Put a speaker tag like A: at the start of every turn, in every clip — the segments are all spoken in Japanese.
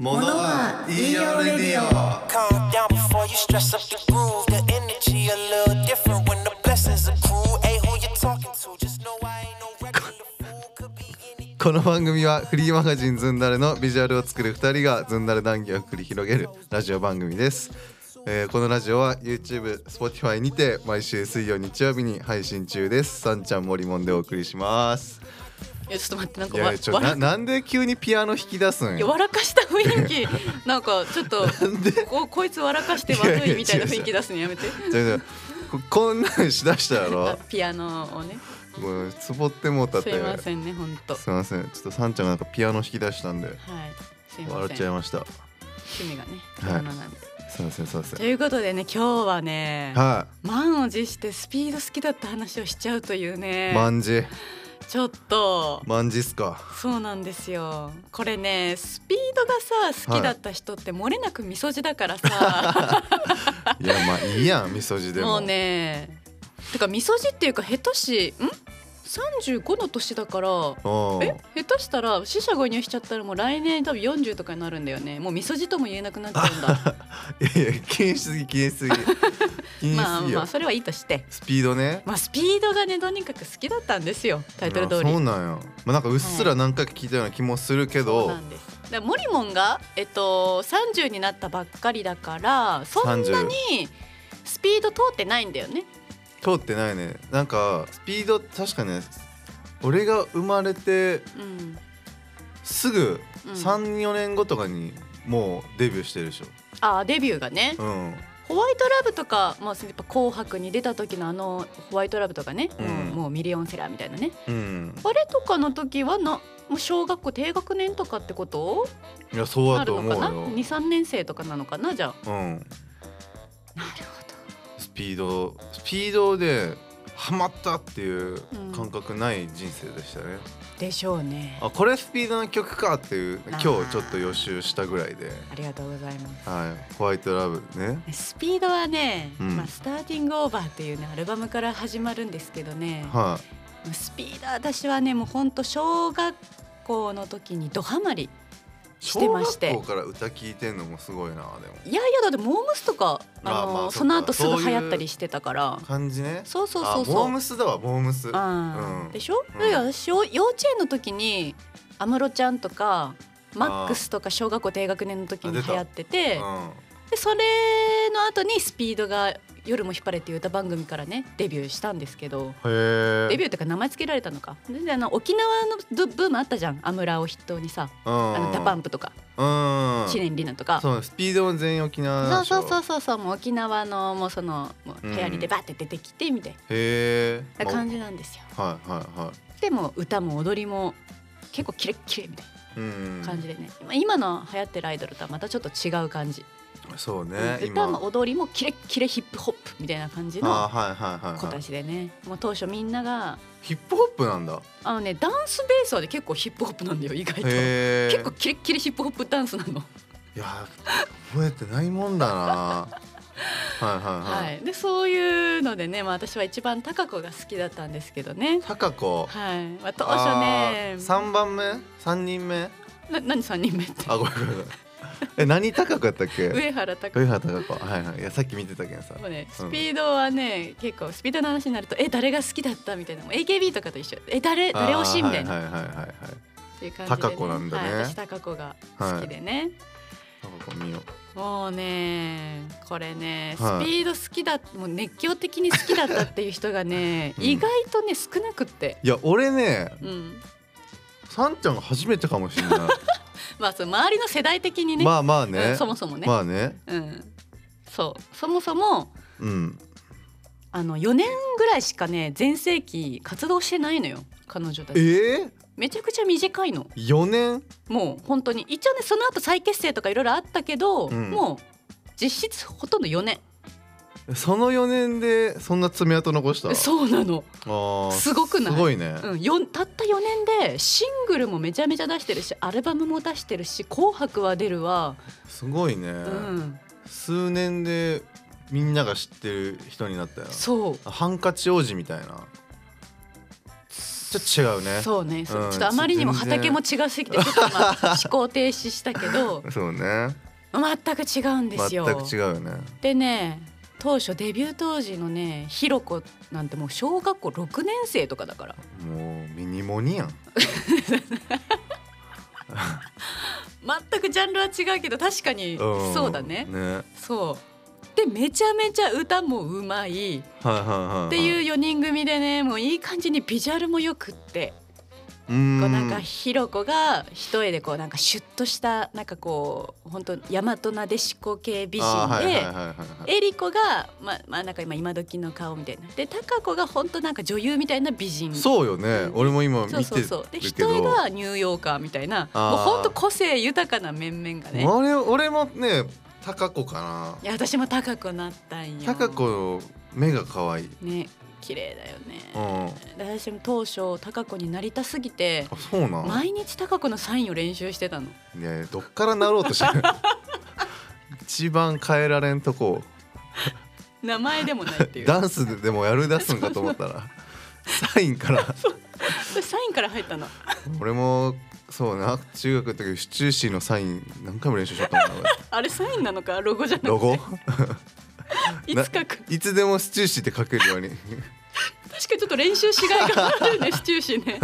A: 物は言いようレディオ
B: Calm down before you stress up the groove. The energy a little different when the blessings accrue. Hey, who you talking to? Just know I ain't no regular fool. Could be any.
A: この番組はフリーマガジンズンダレのビジュアルを作る2人がズンダレ談義を繰り広げるラジオ番組です、えーこのラジオは YouTube、Spotify にて毎週水曜日曜日に配信中ですさんちゃん森もんでお送りします
C: いやちょっと待ってなん
A: い
C: かわ
A: やちょ
C: わ
A: な
C: ら
A: なんで急にピアノ弾き出すん
C: いやわらかした 雰囲気なんかちょっとここいつわらかしてまずいみたいな雰囲気出すのやめて
A: ちょちょここんなんしだしたや
C: あ
A: ろ
C: ピアノをね
A: もうつぼってもうたって
C: すいませんねほんとはい
A: すいませんちょっとさんちゃんがなんかピアノ弾き出したんです
C: いません
A: 笑っちゃいました
C: 趣味がね
A: はい
C: ピアノなんで、
A: すいませんすいませ
C: と
A: ん
C: いうことでね今日はね
A: は
C: 満を持してスピード好きだった話をしちゃうという
A: い
C: ね
A: 万事
C: ちょっと
A: 万事っす か
C: そうなんですよこれねスピードがさ好きだった人って漏れなくみそじだからさ、
A: いやまあいいやん味噌汁でも
C: もうねてかみそじっていうか下手しん35の年だから
A: うん
C: え下手したら死者誤入しちゃったらもう来年多分40とかになるんだよねもうみそじとも言えなくなっちゃう んだ
A: いやいや気にしすぎ気にし すぎ気にし
C: まあ
A: すぎよ、
C: まあそれはいいとして
A: スピードね
C: まあスピードがねとにかく好きだったんですよタイトル通
A: いや
C: り
A: そうなんよ、まあ、なんかうっすら何回か聞いたような気もするけ
C: そう
A: ど、
C: なんですだからモリモンがえっと30になったばっかりだからそんなにスピード通ってないんだよね
A: 通ってないねなんかスピード確かね俺が生まれて
C: うん
A: すぐ
C: うん
A: 34年後とかにもうデビューしてるでしょ
C: あーデビューがね
A: うん
C: ホワイトラブとか、まあ、やっぱ紅白に出た時のあのホワイトラブとかね、
A: うん
C: もうもうミリオンセラーみたいなね
A: うん
C: あれとかの時はなもう小学校低学年とかってこと
A: いやそう
C: な
A: だ
C: る
A: と
C: の
A: 思う
C: かな
A: よ
C: 23年生とかなのかなじゃ
A: うん
C: あなるほ
A: スピードスピードでハマったっていう感覚ない人生でしたね、
C: どでしょうねあ
A: あこれスピードの曲かっていう
C: あ
A: 今
C: ー
A: 日ちょっと予習したぐらいで、
C: りがとうございま
A: はい、ホワイトラブね
C: すスピードはね、
A: うん
C: まあ、スターティングオーバーっていうねアルバムから始まるんですけどね
A: は
C: スピードは私はねもうほんと小学校の時にドハマり
A: い
C: してまして
A: 小学校から歌聞いてんのもすごいなでも
C: いやいやだってモームスとかあ
A: まあ
C: の
A: まあ
C: その後す
A: そうか
C: ぐ流行ったりしてたから
A: 感じね
C: そうそうそう
A: あモ
C: そ
A: ー
C: う
A: ムスだわモームス
C: あ
A: う
C: ー
A: ん
C: でしょ、
A: うん
C: だから私幼幼稚園の時に安室ちゃんとかマックスとか小学校低学年の時
A: あ
C: に
A: 出た
C: 流行ってて
A: うん
C: でそれの後にスピードが「夜も引っ張れ」っていう歌番組からねデビューしたんですけど
A: へえ
C: デビューっていうか名前つけられたのか全然あの沖縄のブブームあったじゃん安室を筆頭にさ「あのダパンプ」とか
A: うん
C: 「知念里奈」とか
A: そうスピードも全員沖縄
C: そう
A: でしょ
C: そうそうそうそうもう沖縄のもうそのもう流行りでバーって出てきてみたい
A: へえ
C: な感じなんですよ。
A: はいはいは
C: でも歌も踊りも結構キレッキレみたい
A: いうん
C: な感じでね、まあ今の流行ってるアイドルとはまたちょっと違う感じ、
A: そうね
C: 歌
A: 今
C: も踊りもキレッキレヒップホップみたいな感じ
A: あー
C: の
A: はいはいはい
C: 子
A: は
C: た
A: い
C: ちでねもう当初みんなが
A: ヒップホップなんだ
C: あのねダンスベースはね結構ヒップホップなんだよ意外と
A: へえ
C: 結構キレッキレヒップホップダンスなの、
A: いや覚えてないもん だなはいはいは
C: はいい、でそういうのでね、まあ、私は一番高子が好きだったんですけどね
A: 高子
C: はい、まあ、当初
A: あ
C: ね
A: ー三番目三人目
C: な何三人目って
A: あごめんごめんごめんえ何高子やったっけ
C: 上原高
A: 上原高子はいはいいやさっき見てたけんさ
C: もうね
A: う
C: ス
A: ん
C: ピードはね、結構スピードの話になるとえ誰が好きだったみたいなもう AKB とかと一緒え誰誰推しみたいな、
A: あーはいはいはいはいはい
C: っていう感じで、ね、
A: 高子なんだね
C: はい、私高子が好きでね、
A: 高子見よ
C: もうねこれねスピ
A: はい
C: ード好きだ、もう熱狂的に好きだったっていう人がね、
A: うん
C: 意外とね少なくって。
A: ういや俺ね
C: うん、
A: さんちゃんが初めてかもしれ な
C: まあその周りの世代的に
A: い
C: ね,、
A: まあまあ
C: う
A: ね
C: んそもそもね、
A: まあね
C: うん、そうそもそも
A: うん
C: あの4年ぐらいしかね全盛期活動してないのよ彼女た
A: え
C: ち
A: ー、
C: めちゃくちゃ短いの
A: 4年
C: もう本当に一応ねその後再結成とかいろいろあったけど、
A: うん
C: もう実質ほとんど4年
A: その4年でそんな爪痕残した
C: そうなの、
A: あー
C: すごくない
A: すごいね、
C: うん、よんたった4年でシングルもめちゃめちゃ出してるしアルバムも出してるし「紅白」は出るわ、
A: すごいね、
C: うん、
A: 数年でみんなが知ってる人になったよ
C: そう
A: ハンカチ王子みたいなちょっと違うね
C: そうね、そう
A: うん
C: ちょっとあまりにも
A: 全然
C: 畑も違すぎてちょっと今思考停止したけど
A: そうね
C: 全く違うんです
A: 全
C: よ。
A: く違うよね
C: でね当初デビュー当時のねひろこなんてもう小学校6年生とかだから
A: もうミニモニやん
C: 全くジャンルは違うけど確かに
A: ん
C: そうだね。
A: ねはい
C: そうでめちゃめちゃ歌もうまいっ
A: はいはい、はい、
C: ていう
A: う
C: 4人組でねもういい感じにビジュアルもよくって
A: ーん
C: こうなんかひろこが一重でこうなんかシュッとしたなんかこう本当大和なでしこ系美
A: あーはいは
C: 人
A: い
C: で
A: はいはいはい
C: えりこがまあまあなんか今今時の顔みたいなでたかこが本当なんか女優みたいな美人
A: そうよね、
C: うん
A: 俺も今見て
C: そう
A: る
C: そうそうで
A: け
C: 一
A: ど
C: 重がニューヨーカーみたいな
A: あー
C: もう本当個性豊かな面々がね
A: 俺俺もね高子か
C: いや私も高くなったん
A: な
C: よ
A: 高子の目が可愛い
C: ね綺麗だよね
A: うんあ
C: で私も当初高子になりたすぎて
A: そうなの
C: 毎日高子のサインを練習してたの
A: ねどっからなろうとして る一番変えられんとこ
C: 名前でもないっていう
A: ダンスででもやる出すんかと思ったらサインから
C: サインから入ったの
A: 俺もそうな中学の時シチューシーのサイン何回も練習しちゃったもんな俺
C: あれサインなのかロゴじゃなくて
A: ロゴ
C: いつかく確か
A: いつでもシチューシーって書けるように
C: にちょっと練習しがいがあるねシチューシーね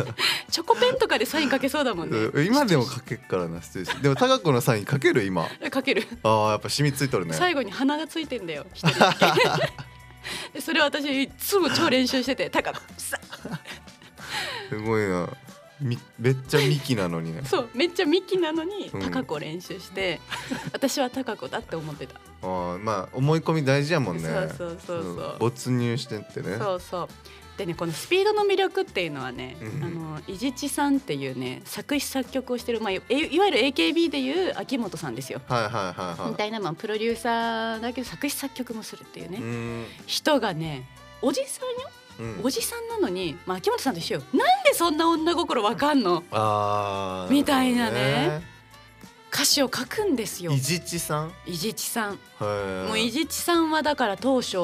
C: チョコペンとかでサインかけそうだもんね
A: うん今で も書けっからなシチューシーでも高子のサイン書ける今
C: かける、
A: ああやっぱ染みついとるね
C: 最後に鼻がついてんだよ一 人だけでそれ私いつも超練習してて高子さ
A: すごいなみめっちゃミキなのにね
C: そうめっちゃミキなのに
A: うん
C: 高子練習して、私は高子だって思ってた
A: あーまあ思い込み大事やもんね
C: そうそうそうそうん
A: 没入してってね
C: そうそうでねこのスピードの魅力っていうのはね、
A: うん
C: あの伊地知さんっていうね作詞作曲をしてる、まあ、いいわゆる AKB でいう秋元さんですよ。
A: はいはいはいはい
C: みたいな、まあ、プロデューサーだけど作詞作曲もするっていうね、
A: うーん
C: 人がねおじさんよ、
A: うん
C: おじさんなのに、まあ、秋元さんと一緒よなんでそんな女心わかんの
A: あー
C: みたいなね歌詞を書くんですよ
A: いじちさん
C: 伊地知さん。
A: はい
C: もう伊地知さんはだから当初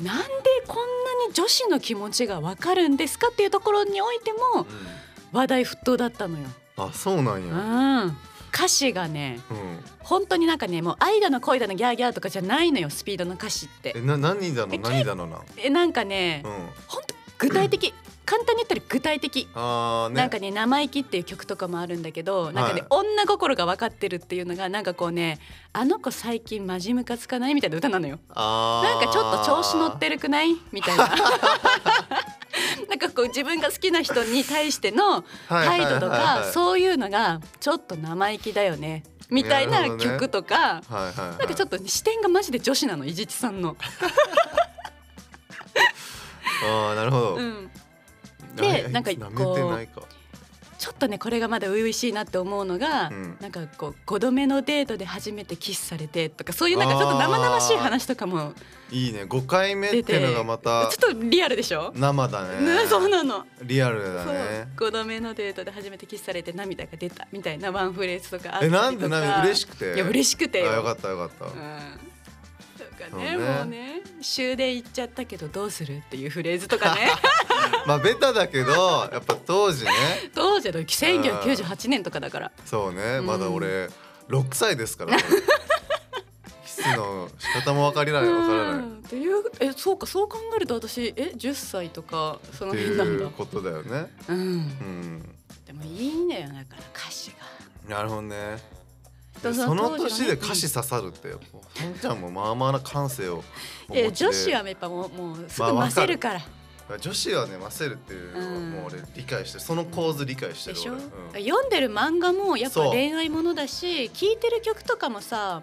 C: なんでこんなに女子の気持ちがわかるんですかっていうところにおいても
A: うん
C: 話題沸騰だったのよ。
A: あそうなん
C: う
A: や
C: ん、歌詞がね
A: うん
C: 本当になんかねもう愛だの恋だのギャーギャーとかじゃないのよスピードの歌詞って
A: え。な何だの
C: え
A: 何だのな
C: えなんかね
A: うん
C: 本当具体的簡単に言ったら具体的。
A: あーね
C: なんかね「生意気」っていう曲とかもあるんだけどなんかね、
A: はい
C: 女心が分かってるっていうのがなんかこうね「あの子最近マジムカつかない?」みたいな歌なのよ。
A: あ
C: なんかちょっと調子乗ってるくないみたい な。なんかこう自分が好きな人に対しての態度とかそういうのがちょっと生意気だよねみたい
A: なる
C: な
A: ほどね
C: 曲とか、
A: うはいはいはい
C: なんかちょっと視点がマジで 女子なの伊地知さんの。
A: あーなるほど
C: うん、
A: あ
C: で
A: い
C: なんか
A: 舐めてないか
C: ちょっとねこれがまだ初々しいなって思うのが、
A: うん
C: なんかこう5度目のデートで初めてキスされてとかそういうなんかちょっと生々しい話とかも
A: いいね5回目って
C: 出て
A: のがまた
C: ちょっとリアルでしょ、
A: 生だ
C: ね、 そう
A: ね
C: なの。
A: リアルだ
C: そう
A: ね
C: 5度目のデートで初めてキスされて涙が出たみたいなワンフレーズとかあった
A: え
C: りとか
A: なんでなんで嬉しくて
C: いや嬉しくて
A: あ
C: よ
A: よかったよかった
C: うん、とか
A: そ
C: ね
A: うね
C: もうね終電行っちゃったけどどうするっていうフレーズと かね
A: まあベタだけどやっぱ当 時ね
C: 当時の1998年とかだから
A: そうね
C: うん
A: まだ俺6歳ですからキ スの仕方も分かりない分からない
C: うんっていうえそうかそう考えると私え10歳とかその
A: って
C: 辺なん
A: い
C: だ
A: うことだよね
C: うん
A: うん
C: でもいいんだよだから歌詞が
A: なるほどね
C: で
A: その
C: 当時はね
A: 年で歌詞刺さるってやっぱそんちゃんもまあまあな感性をお持ち
C: い
A: で
C: や女子はやっぱもうもうすぐ
A: まあ
C: ませるから、
A: 女子はねマセルっていうのはもう俺理解してるその構図理解して
C: で
A: る
C: し
A: 俺
C: ょ、
A: うん
C: 読んでる漫画もやっ
A: そ
C: ぱ
A: う
C: 恋愛ものだし聴いてる曲とかもさ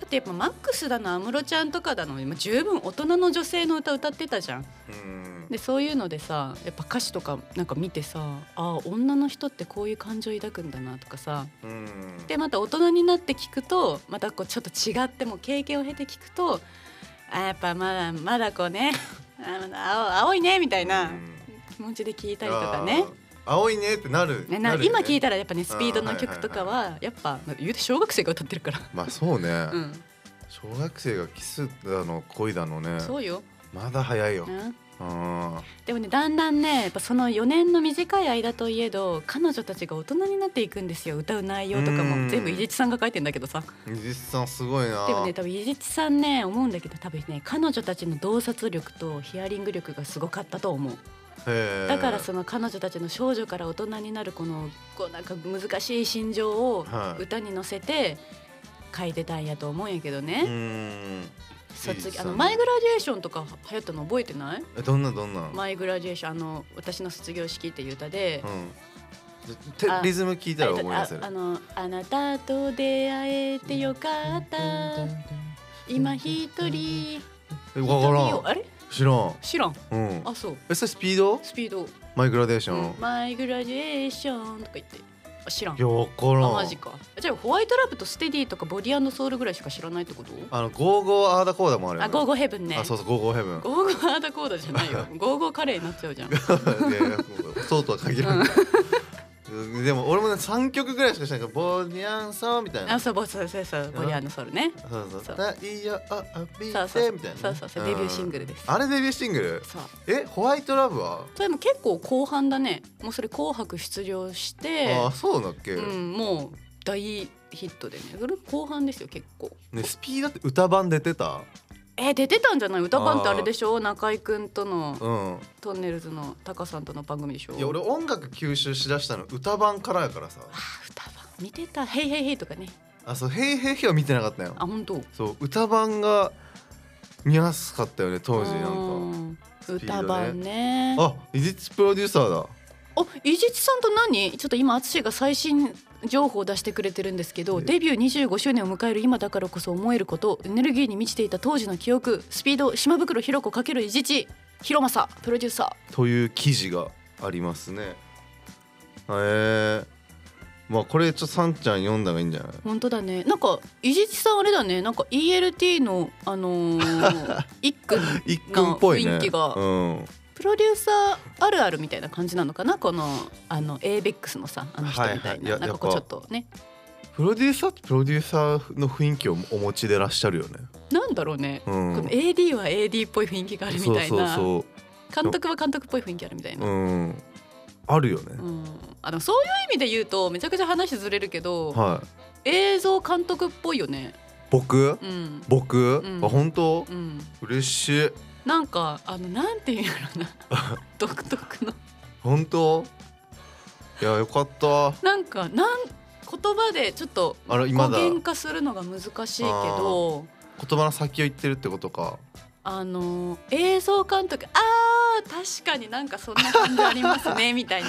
C: だってやっぱマックスだの安室ちゃんとかだの今十分大人の女性の歌歌ってたじゃん
A: うん
C: でそういうのでさやっぱ歌詞とかなんか見てさあー女の人ってこういう感情抱くんだなとかさ
A: うん
C: でまた大人になって聞くとまたこうちょっと違ってもう経験を経て聞くとあーやっぱまだまだこうねあーまだ青青いねみたいな
A: うん
C: 気持ちで聞いたりとか
A: あ
C: ね。
A: ー青いねってなる。
C: ねな今聞い
A: た。
C: たらやっぱねスピードの曲と
A: は
C: か
A: い
C: はやっぱ言うて小学生が歌ってるから、
A: まあそうね。
C: うん、
A: 小学生がキスだの恋だのね。
C: そうよ、
A: まだ早いよ
C: う。ん、
A: うん
C: でもねだんだんねやっぱその4年の短い間といえど彼女たちが大人になっていくんですよ歌う内容とか
A: うん
C: も全部伊地知さんが書いてんだけどさ
A: 実さんすごいな
C: でもね多分伊地知さんね思うんだけど多分ね彼女たちの洞察力とヒアリング力がすごかったと思う
A: へー
C: だからその彼女たちの少女から大人になるこのこうなんか難しい心情を
A: はい
C: 歌に乗せて書いてたんやと思うんやけど
A: う
C: ね、
A: ん
C: 卒
A: いい
C: 業
A: さ
C: あのマイグラデュエーションとか流行ったの覚えてない
A: えどんなどんな、
C: マイグラデュエーションあの私の卒業式っていう歌で、
A: うんて
C: あ
A: リズム聞いたら思い出せる
C: ああのあなたと出会えてよかった今一人
A: えわから
C: 瞳をあ
A: ん
C: れ
A: 知らん
C: 知らん
A: うん
C: あそう
A: えそれスピード
C: スピード
A: マイグラデーション、い
C: マイグラデュエーションとか言ってあ知らん
A: やわからん
C: あマジかじゃあホワイトラブとステディとかボディソウルぐらいしか知らないってこと
A: あのゴーゴーアーダコーダもあるよね
C: あゴーゴーヘブンね
A: あそうそうゴーゴーヘブン
C: ゴーゴーアーダコーダじゃない よゴーゴーカレーになっちゃうじゃん
A: いやいやそうとは限らない、うんでも俺もね三曲ぐらいしかしないからボーニャンソーみたいな
C: あそうそうそうそうボディソウルね
A: そうそう
C: そう
A: だいよあび
C: そう
A: て
C: そう
A: みたいなね
C: そうそうそうデビューシングルです
A: うんあれデビューシングル
C: そう
A: えホワイトラブは
C: それも結構後半だねもうそれ「紅白」出場して
A: あそうだっけ
C: うん、もう大ヒットでねそれ後半ですよ結構
A: ねスピードって歌版出てた
C: えー出てたんじゃない歌番って
A: あー
C: あれでしょ中居君との
A: うん
C: トンネルズのタカさんとの番組でしょ
A: いや俺音楽吸収しだしたの歌版からやからさ
C: あー歌番見てた「ヘイヘイヘイ」とかね
A: あそう「へいへいへい」は見てなかったよ
C: あ本当
A: そう歌版が見やすかったよね当時なんか
C: か
A: ピードね
C: 歌番ねあ
A: あ伊地知プロデューサーだ
C: 伊地知さんと何ちょっと今淳が最新情報を出してくれてるんですけどデビュー25周年を迎える今だからこそ思えることエネルギーに満ちていた当時の記憶スピード島袋ひろ子×伊地知広政プロデューサー
A: という記事がありますねへえまあこれちょっとさんちゃん読んだ方がいいんじゃない
C: 本当だねなんか伊地知さんあれだねなんか ELT のあの ー、一句の
A: 一君っぽいね
C: 雰囲気が
A: うん
C: プロデューサーあるあるみたいな感じなのかなこのあの ABEX のさあの人みた
A: はい
C: い
A: はいい
C: な、
A: や
C: なんかこうちょっとね
A: プロデューサーってプロデューサーの雰囲気をお持ちでいらっしゃるよね。
C: なんだろうね、
A: う
C: こ
A: ん
C: の。AD は AD っぽい雰囲気があるみ
A: そう
C: たい
A: そう
C: な
A: そ。
C: 監督は監督っぽい雰囲気あるみたいうな、
A: うん。あるよね
C: う。んあのそういう意味で言うとめちゃくちゃ話ずれるけど、
A: はい。
C: 映像監督っぽいよね
A: 僕？
C: うん、
A: 僕？
C: うん
A: あ本当
C: う？ん、
A: 嬉しい。
C: なんかあのなんていうんやろな 独特の
A: 本当？いやよかった。
C: なんかなん言葉でちょっと
A: あら
C: 語
A: 今だ
C: 源化するのが難しいけど
A: 言葉の先を言ってるってことか。
C: あの映像監督あー確かになんかそんな感じありますねみたいな、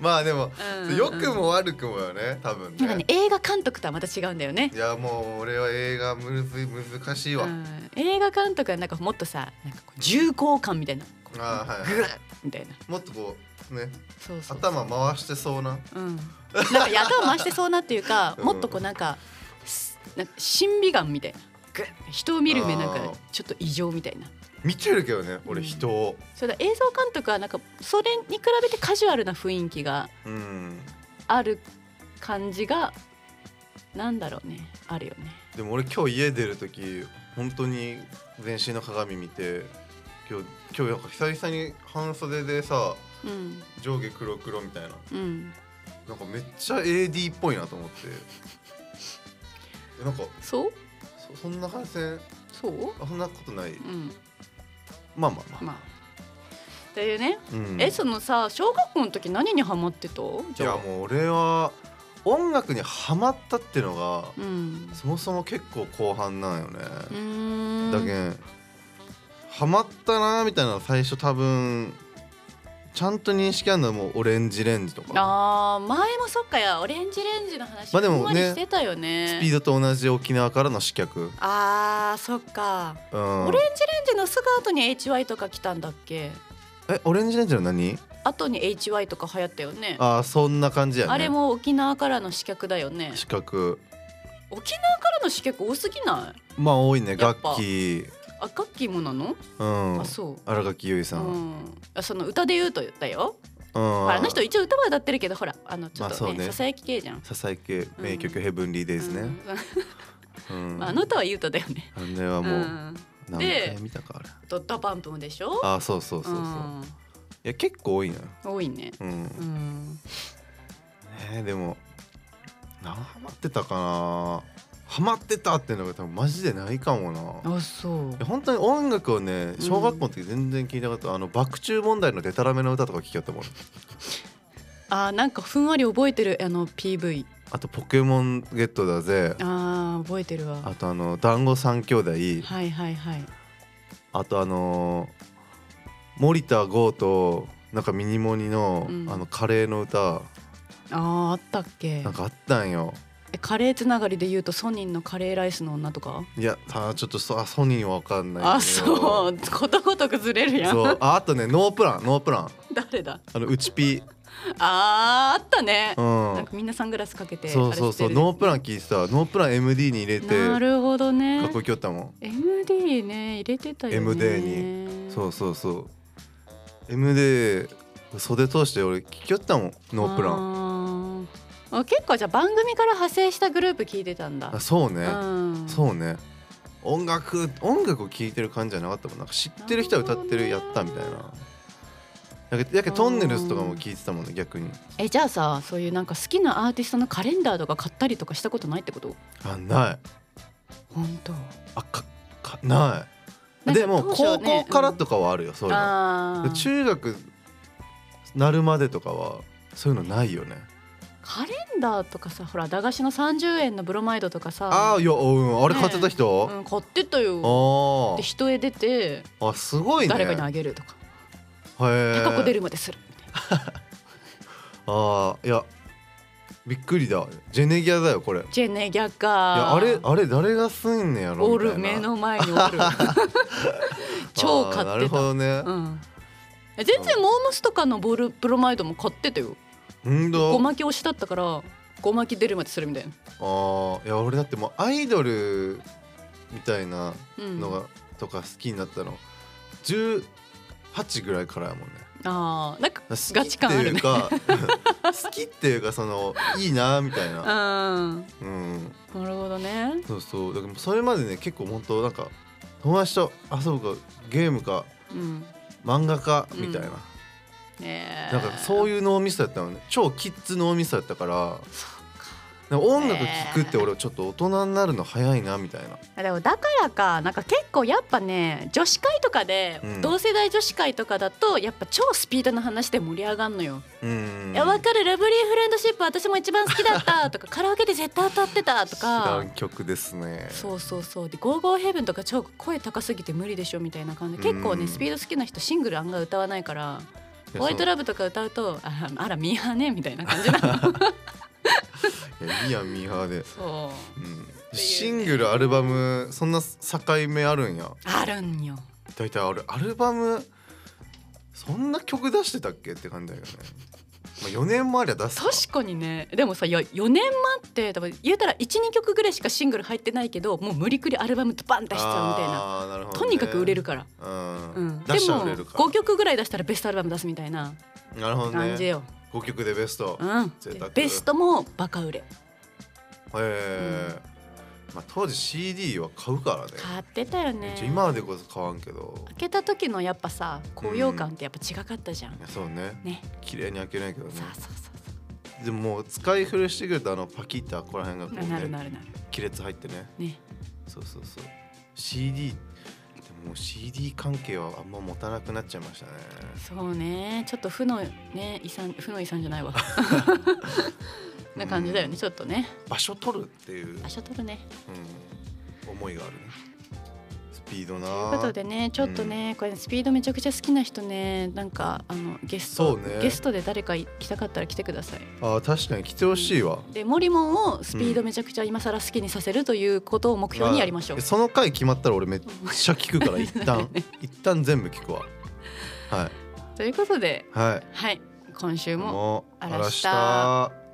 A: まあでも
C: うんうん
A: 良くも悪くもよね多分
C: なんか
A: ね。
C: ね映画監督とはまた違うんだよね
A: いやもう俺は映画むず難しいうわ。
C: ん、映画監督はなんかもっとさなんかこう重厚感みたいなこう
A: あーはい
C: グッみたいな
A: もっとこうね
C: そうそう
A: 頭回してそうな。
C: うん、なんかいや頭回してそうなっていうか、
A: うん
C: もっとこうなんかすなんか神秘眼みたいなグッ人を見る目なん
A: あ
C: か
A: ー
C: ちょっと異常みたいな
A: 見てるけどね俺人を。
C: それだ映像監督はなんかそれに比べてカジュアルな雰囲気が
A: うん。
C: ある感じがなんだろうねあるよね
A: でも俺今日家出る時本当に全身の鏡見て今日今日なんか久々に半袖でさ
C: うん
A: 上下黒黒みたいな
C: うん
A: なんかめっちゃ AD っぽいなと思ってえなんか
C: そう
A: そそんな感染
C: そう
A: あそんなことない
C: うん
A: まあまあまあ、
C: まあというね、
A: うん、
C: えそのさ小学校の時何にハマってた
A: い
C: じゃ
A: や
C: あ
A: もう俺は音楽にハマったってのが、
C: うん
A: そもそも結構後半なんよね、
C: うーん
A: だけんハマったなーみたいなの最初多分ちゃんと認識あるのはもうオレンジレンジとか
C: あー前もそっかやオレンジレンジの話
A: まあでもね
C: ふんわりしてたよね
A: スピードと同じ沖縄からの刺客、
C: あーそっか、
A: うん、
C: オレンジレンジのすぐ後に HY とか来たんだっけ
A: えオレンジレンジの何
C: 後に HY とか流行ったよね
A: あーそんな感じやね
C: あれも沖縄からの刺客だよね
A: 刺客
C: 沖縄からの刺客多すぎない
A: まあ多いね
C: や
A: 楽
C: っぱ
A: 器
C: あガッキーもなの、
A: うん
C: あそう
A: 荒垣結衣さ、
C: うんん、あその歌で言うと言ったよ
A: うん
C: ほらあの人一応歌は歌ってるけどほらあのちょっ
A: まあそ
C: と
A: う
C: ね
A: ね
C: ささやき系じゃん、
A: 支え系名曲「ヘブンリーデイズね」
C: うん
A: うん
C: まあ、あの歌は言うとだよね
A: あれはもう、
C: ん
A: 何
C: で
A: 回見たかあれ
C: ドッタパンプもでしょ
A: あそうそうそうそう、いや結構多いな
C: うん、多いね
A: うん、ね
C: うん
A: えでもなハマってたかなハマってたっていうのが多分マジでないかもない
C: あそう
A: や本当に音楽をね小学校の時全然聞いたこと、あの爆中問題のデタラメの歌とか聞きよったもん
C: あなんかふんわり覚えてるあの PV
A: あと「ポケモンゲットだぜ」
C: あー覚えてるわ
A: あとあの「団子三兄弟」
C: はいはいはい
A: あとあのー森田剛となんかミニモニの、
C: うん
A: あのカレーの歌
C: あーあったっけ
A: なんかあったんよ
C: えカレーつながりで言うとソニンのカレーライスの女とか
A: いやたちょっとそあソニーは分かんない
C: あ
A: けど
C: そうことごとくずれるやん
A: そうああとねノープランノープラン
C: 誰だ
A: あのうちピ
C: あーあったね、
A: ー、う
C: なん
A: ん
C: か、みんなサングラスかけて
A: そうそうそうノープ
C: ラ
A: ラン聞いてたノープラン MD に入れて
C: なるほどね
A: 学校行きよったもん
C: MD ね入れてたよね
A: MD
C: に
A: そうそうそう MD 袖通して俺聞きよったもんノープラン
C: ンあ結構じゃあ番組から派生したグループ聞いてたんだ
A: あそうね、
C: うん
A: そうね音楽音楽を聴いてる感じじゃなかったもんなんか知ってる人は歌ってる
C: な
A: や
C: る
A: っ
C: ほど
A: た
C: ね
A: みたいなやけやけトンネルズとかも聴いてたもんね逆に
C: えじゃあさそういうなんか好きなアーティストのカレンダーとか買ったりとかしたことないってこと
A: あない
C: 本当
A: あかかないでも高校からとかはあるよ、そういうの
C: あ
A: で中学なるまでとかはそういうのないよね
C: カレンダーとかさほら駄菓子の30円のブロマイドとか
A: あ
C: さ
A: あいやうんあれ買ってた人、
C: うん、買ってたよ
A: あ
C: で人へ出て
A: ああすごいね
C: 誰かにあ
A: へ
C: げるとか
A: え
C: 高く出るまでするみたいな
A: ああいやびっくりだジェネギアだよこれ
C: ジェネギャ
A: いや
C: か
A: あれあれ誰がすんねやろ
C: お
A: みたいな
C: る目の前に おる超買ってた
A: あーなるほどね
C: うん、え全然モームスとかのボールブロマイドも買ってたよ
A: うん
C: ご
A: と
C: まき推しだったからごまき出るまでするみたいな
A: あーいや俺だってもうアイドルみたいな
C: うん
A: のが、とか好きになったの18ぐらいからやもんね
C: あーなんか
A: 好
C: ガ
A: き
C: チ
A: って
C: 感あ
A: い
C: る
A: う
C: ね
A: か 好きっていうかそのいいなみたいな
C: う
A: うん
C: んなるほどね
A: そうそうだからそれまでね結構本当なんか友達と遊ぶかゲームか
C: うん
A: 漫画かみたいな、
C: ね
A: なんかそう
C: いう
A: いう脳みそやったのね超キッズ脳みそやったからなんか音楽聴くって俺ちょっと大人になるの早いなみたいな、
C: でもだからかなんか結構やっぱね女子会とかで、
A: うん
C: 同世代女子会とかだとやっぱ超スピードの話で盛り上がんのよ。
A: うん
C: いやわかるラブリーフレンドシップ私も一番好きだったとか カラオケで絶対歌ってたと
A: 知ら
C: か
A: ん曲ですね
C: そうそうそうで「ゴーゴーヘブン」とか超声高すぎて無理でしょみたいな感じで結構ね、
A: うん
C: スピード好きな人シングル案外歌わないから「
A: いや
C: ホワイト
A: その
C: ラブ」とか歌うと「あらあらミーハーね」みたいな感じなの
A: いやいいやんミーハーで、
C: そう
A: うん、シングルアルバムそんな境目あるんや
C: あるんよ
A: 大体あれアルバムそんな曲出してたっけって感じだよね、まあ、4年もありゃ出すか
C: 確かにねでもさよ4年待って多分言うたら12曲ぐらいしかシングル入ってないけどもう無理くりアルバムドバン出しちゃうみたいな
A: あーなるほどね
C: とにかく売れるから、
A: うん、
C: うん、で
A: 出しちゃ
C: も
A: 売れるから
C: 5曲ぐらい出したらベストアルバム出すみたいな
A: なるほど
C: 感じ
A: ね
C: よ、
A: 5曲でベスト、
C: うん
A: 贅沢、
C: ベストもバカ売れ
A: へえ、まあ、当時 CD は買うからね
C: 買ってたよね
A: 一応今でこそ買わんけど
C: 開けた時のやっぱさ高揚感ってやっぱ違かったじゃん、
A: いやそうね
C: ね
A: 綺麗に開けないけどね
C: そうそうそう
A: でももう使い古してくるとあのパキッとここら辺がこ
C: そう
A: う
C: なる
A: ね
C: なるなる
A: 亀裂入ってね
C: ね
A: そうそうそう CD でももう CD 関係はあんま持たなくなっちゃいましたね
C: そうねちょっと負のね遺産負の遺産じゃない わな感じだよねちょっとね
A: 場所取るっていう、
C: 場所取るね
A: うん、思いがあるねスピードな
C: ということでねちょっとね、これスピードめちゃくちゃ好きな人ねなんかあのゲス
A: そ
C: ト、
A: うね
C: ゲストで誰か来たかったら来てください
A: あー確かに来てほしいわ、
C: でモリモンをスピードめちゃくちゃ今更好きにさせるということを目標にやりましょう、
A: あその回決まったら俺めっちゃ聞くから一 旦一旦全部聞くわはい
C: ということで
A: はい
C: はい今週も
A: もう
C: あらした
A: あらした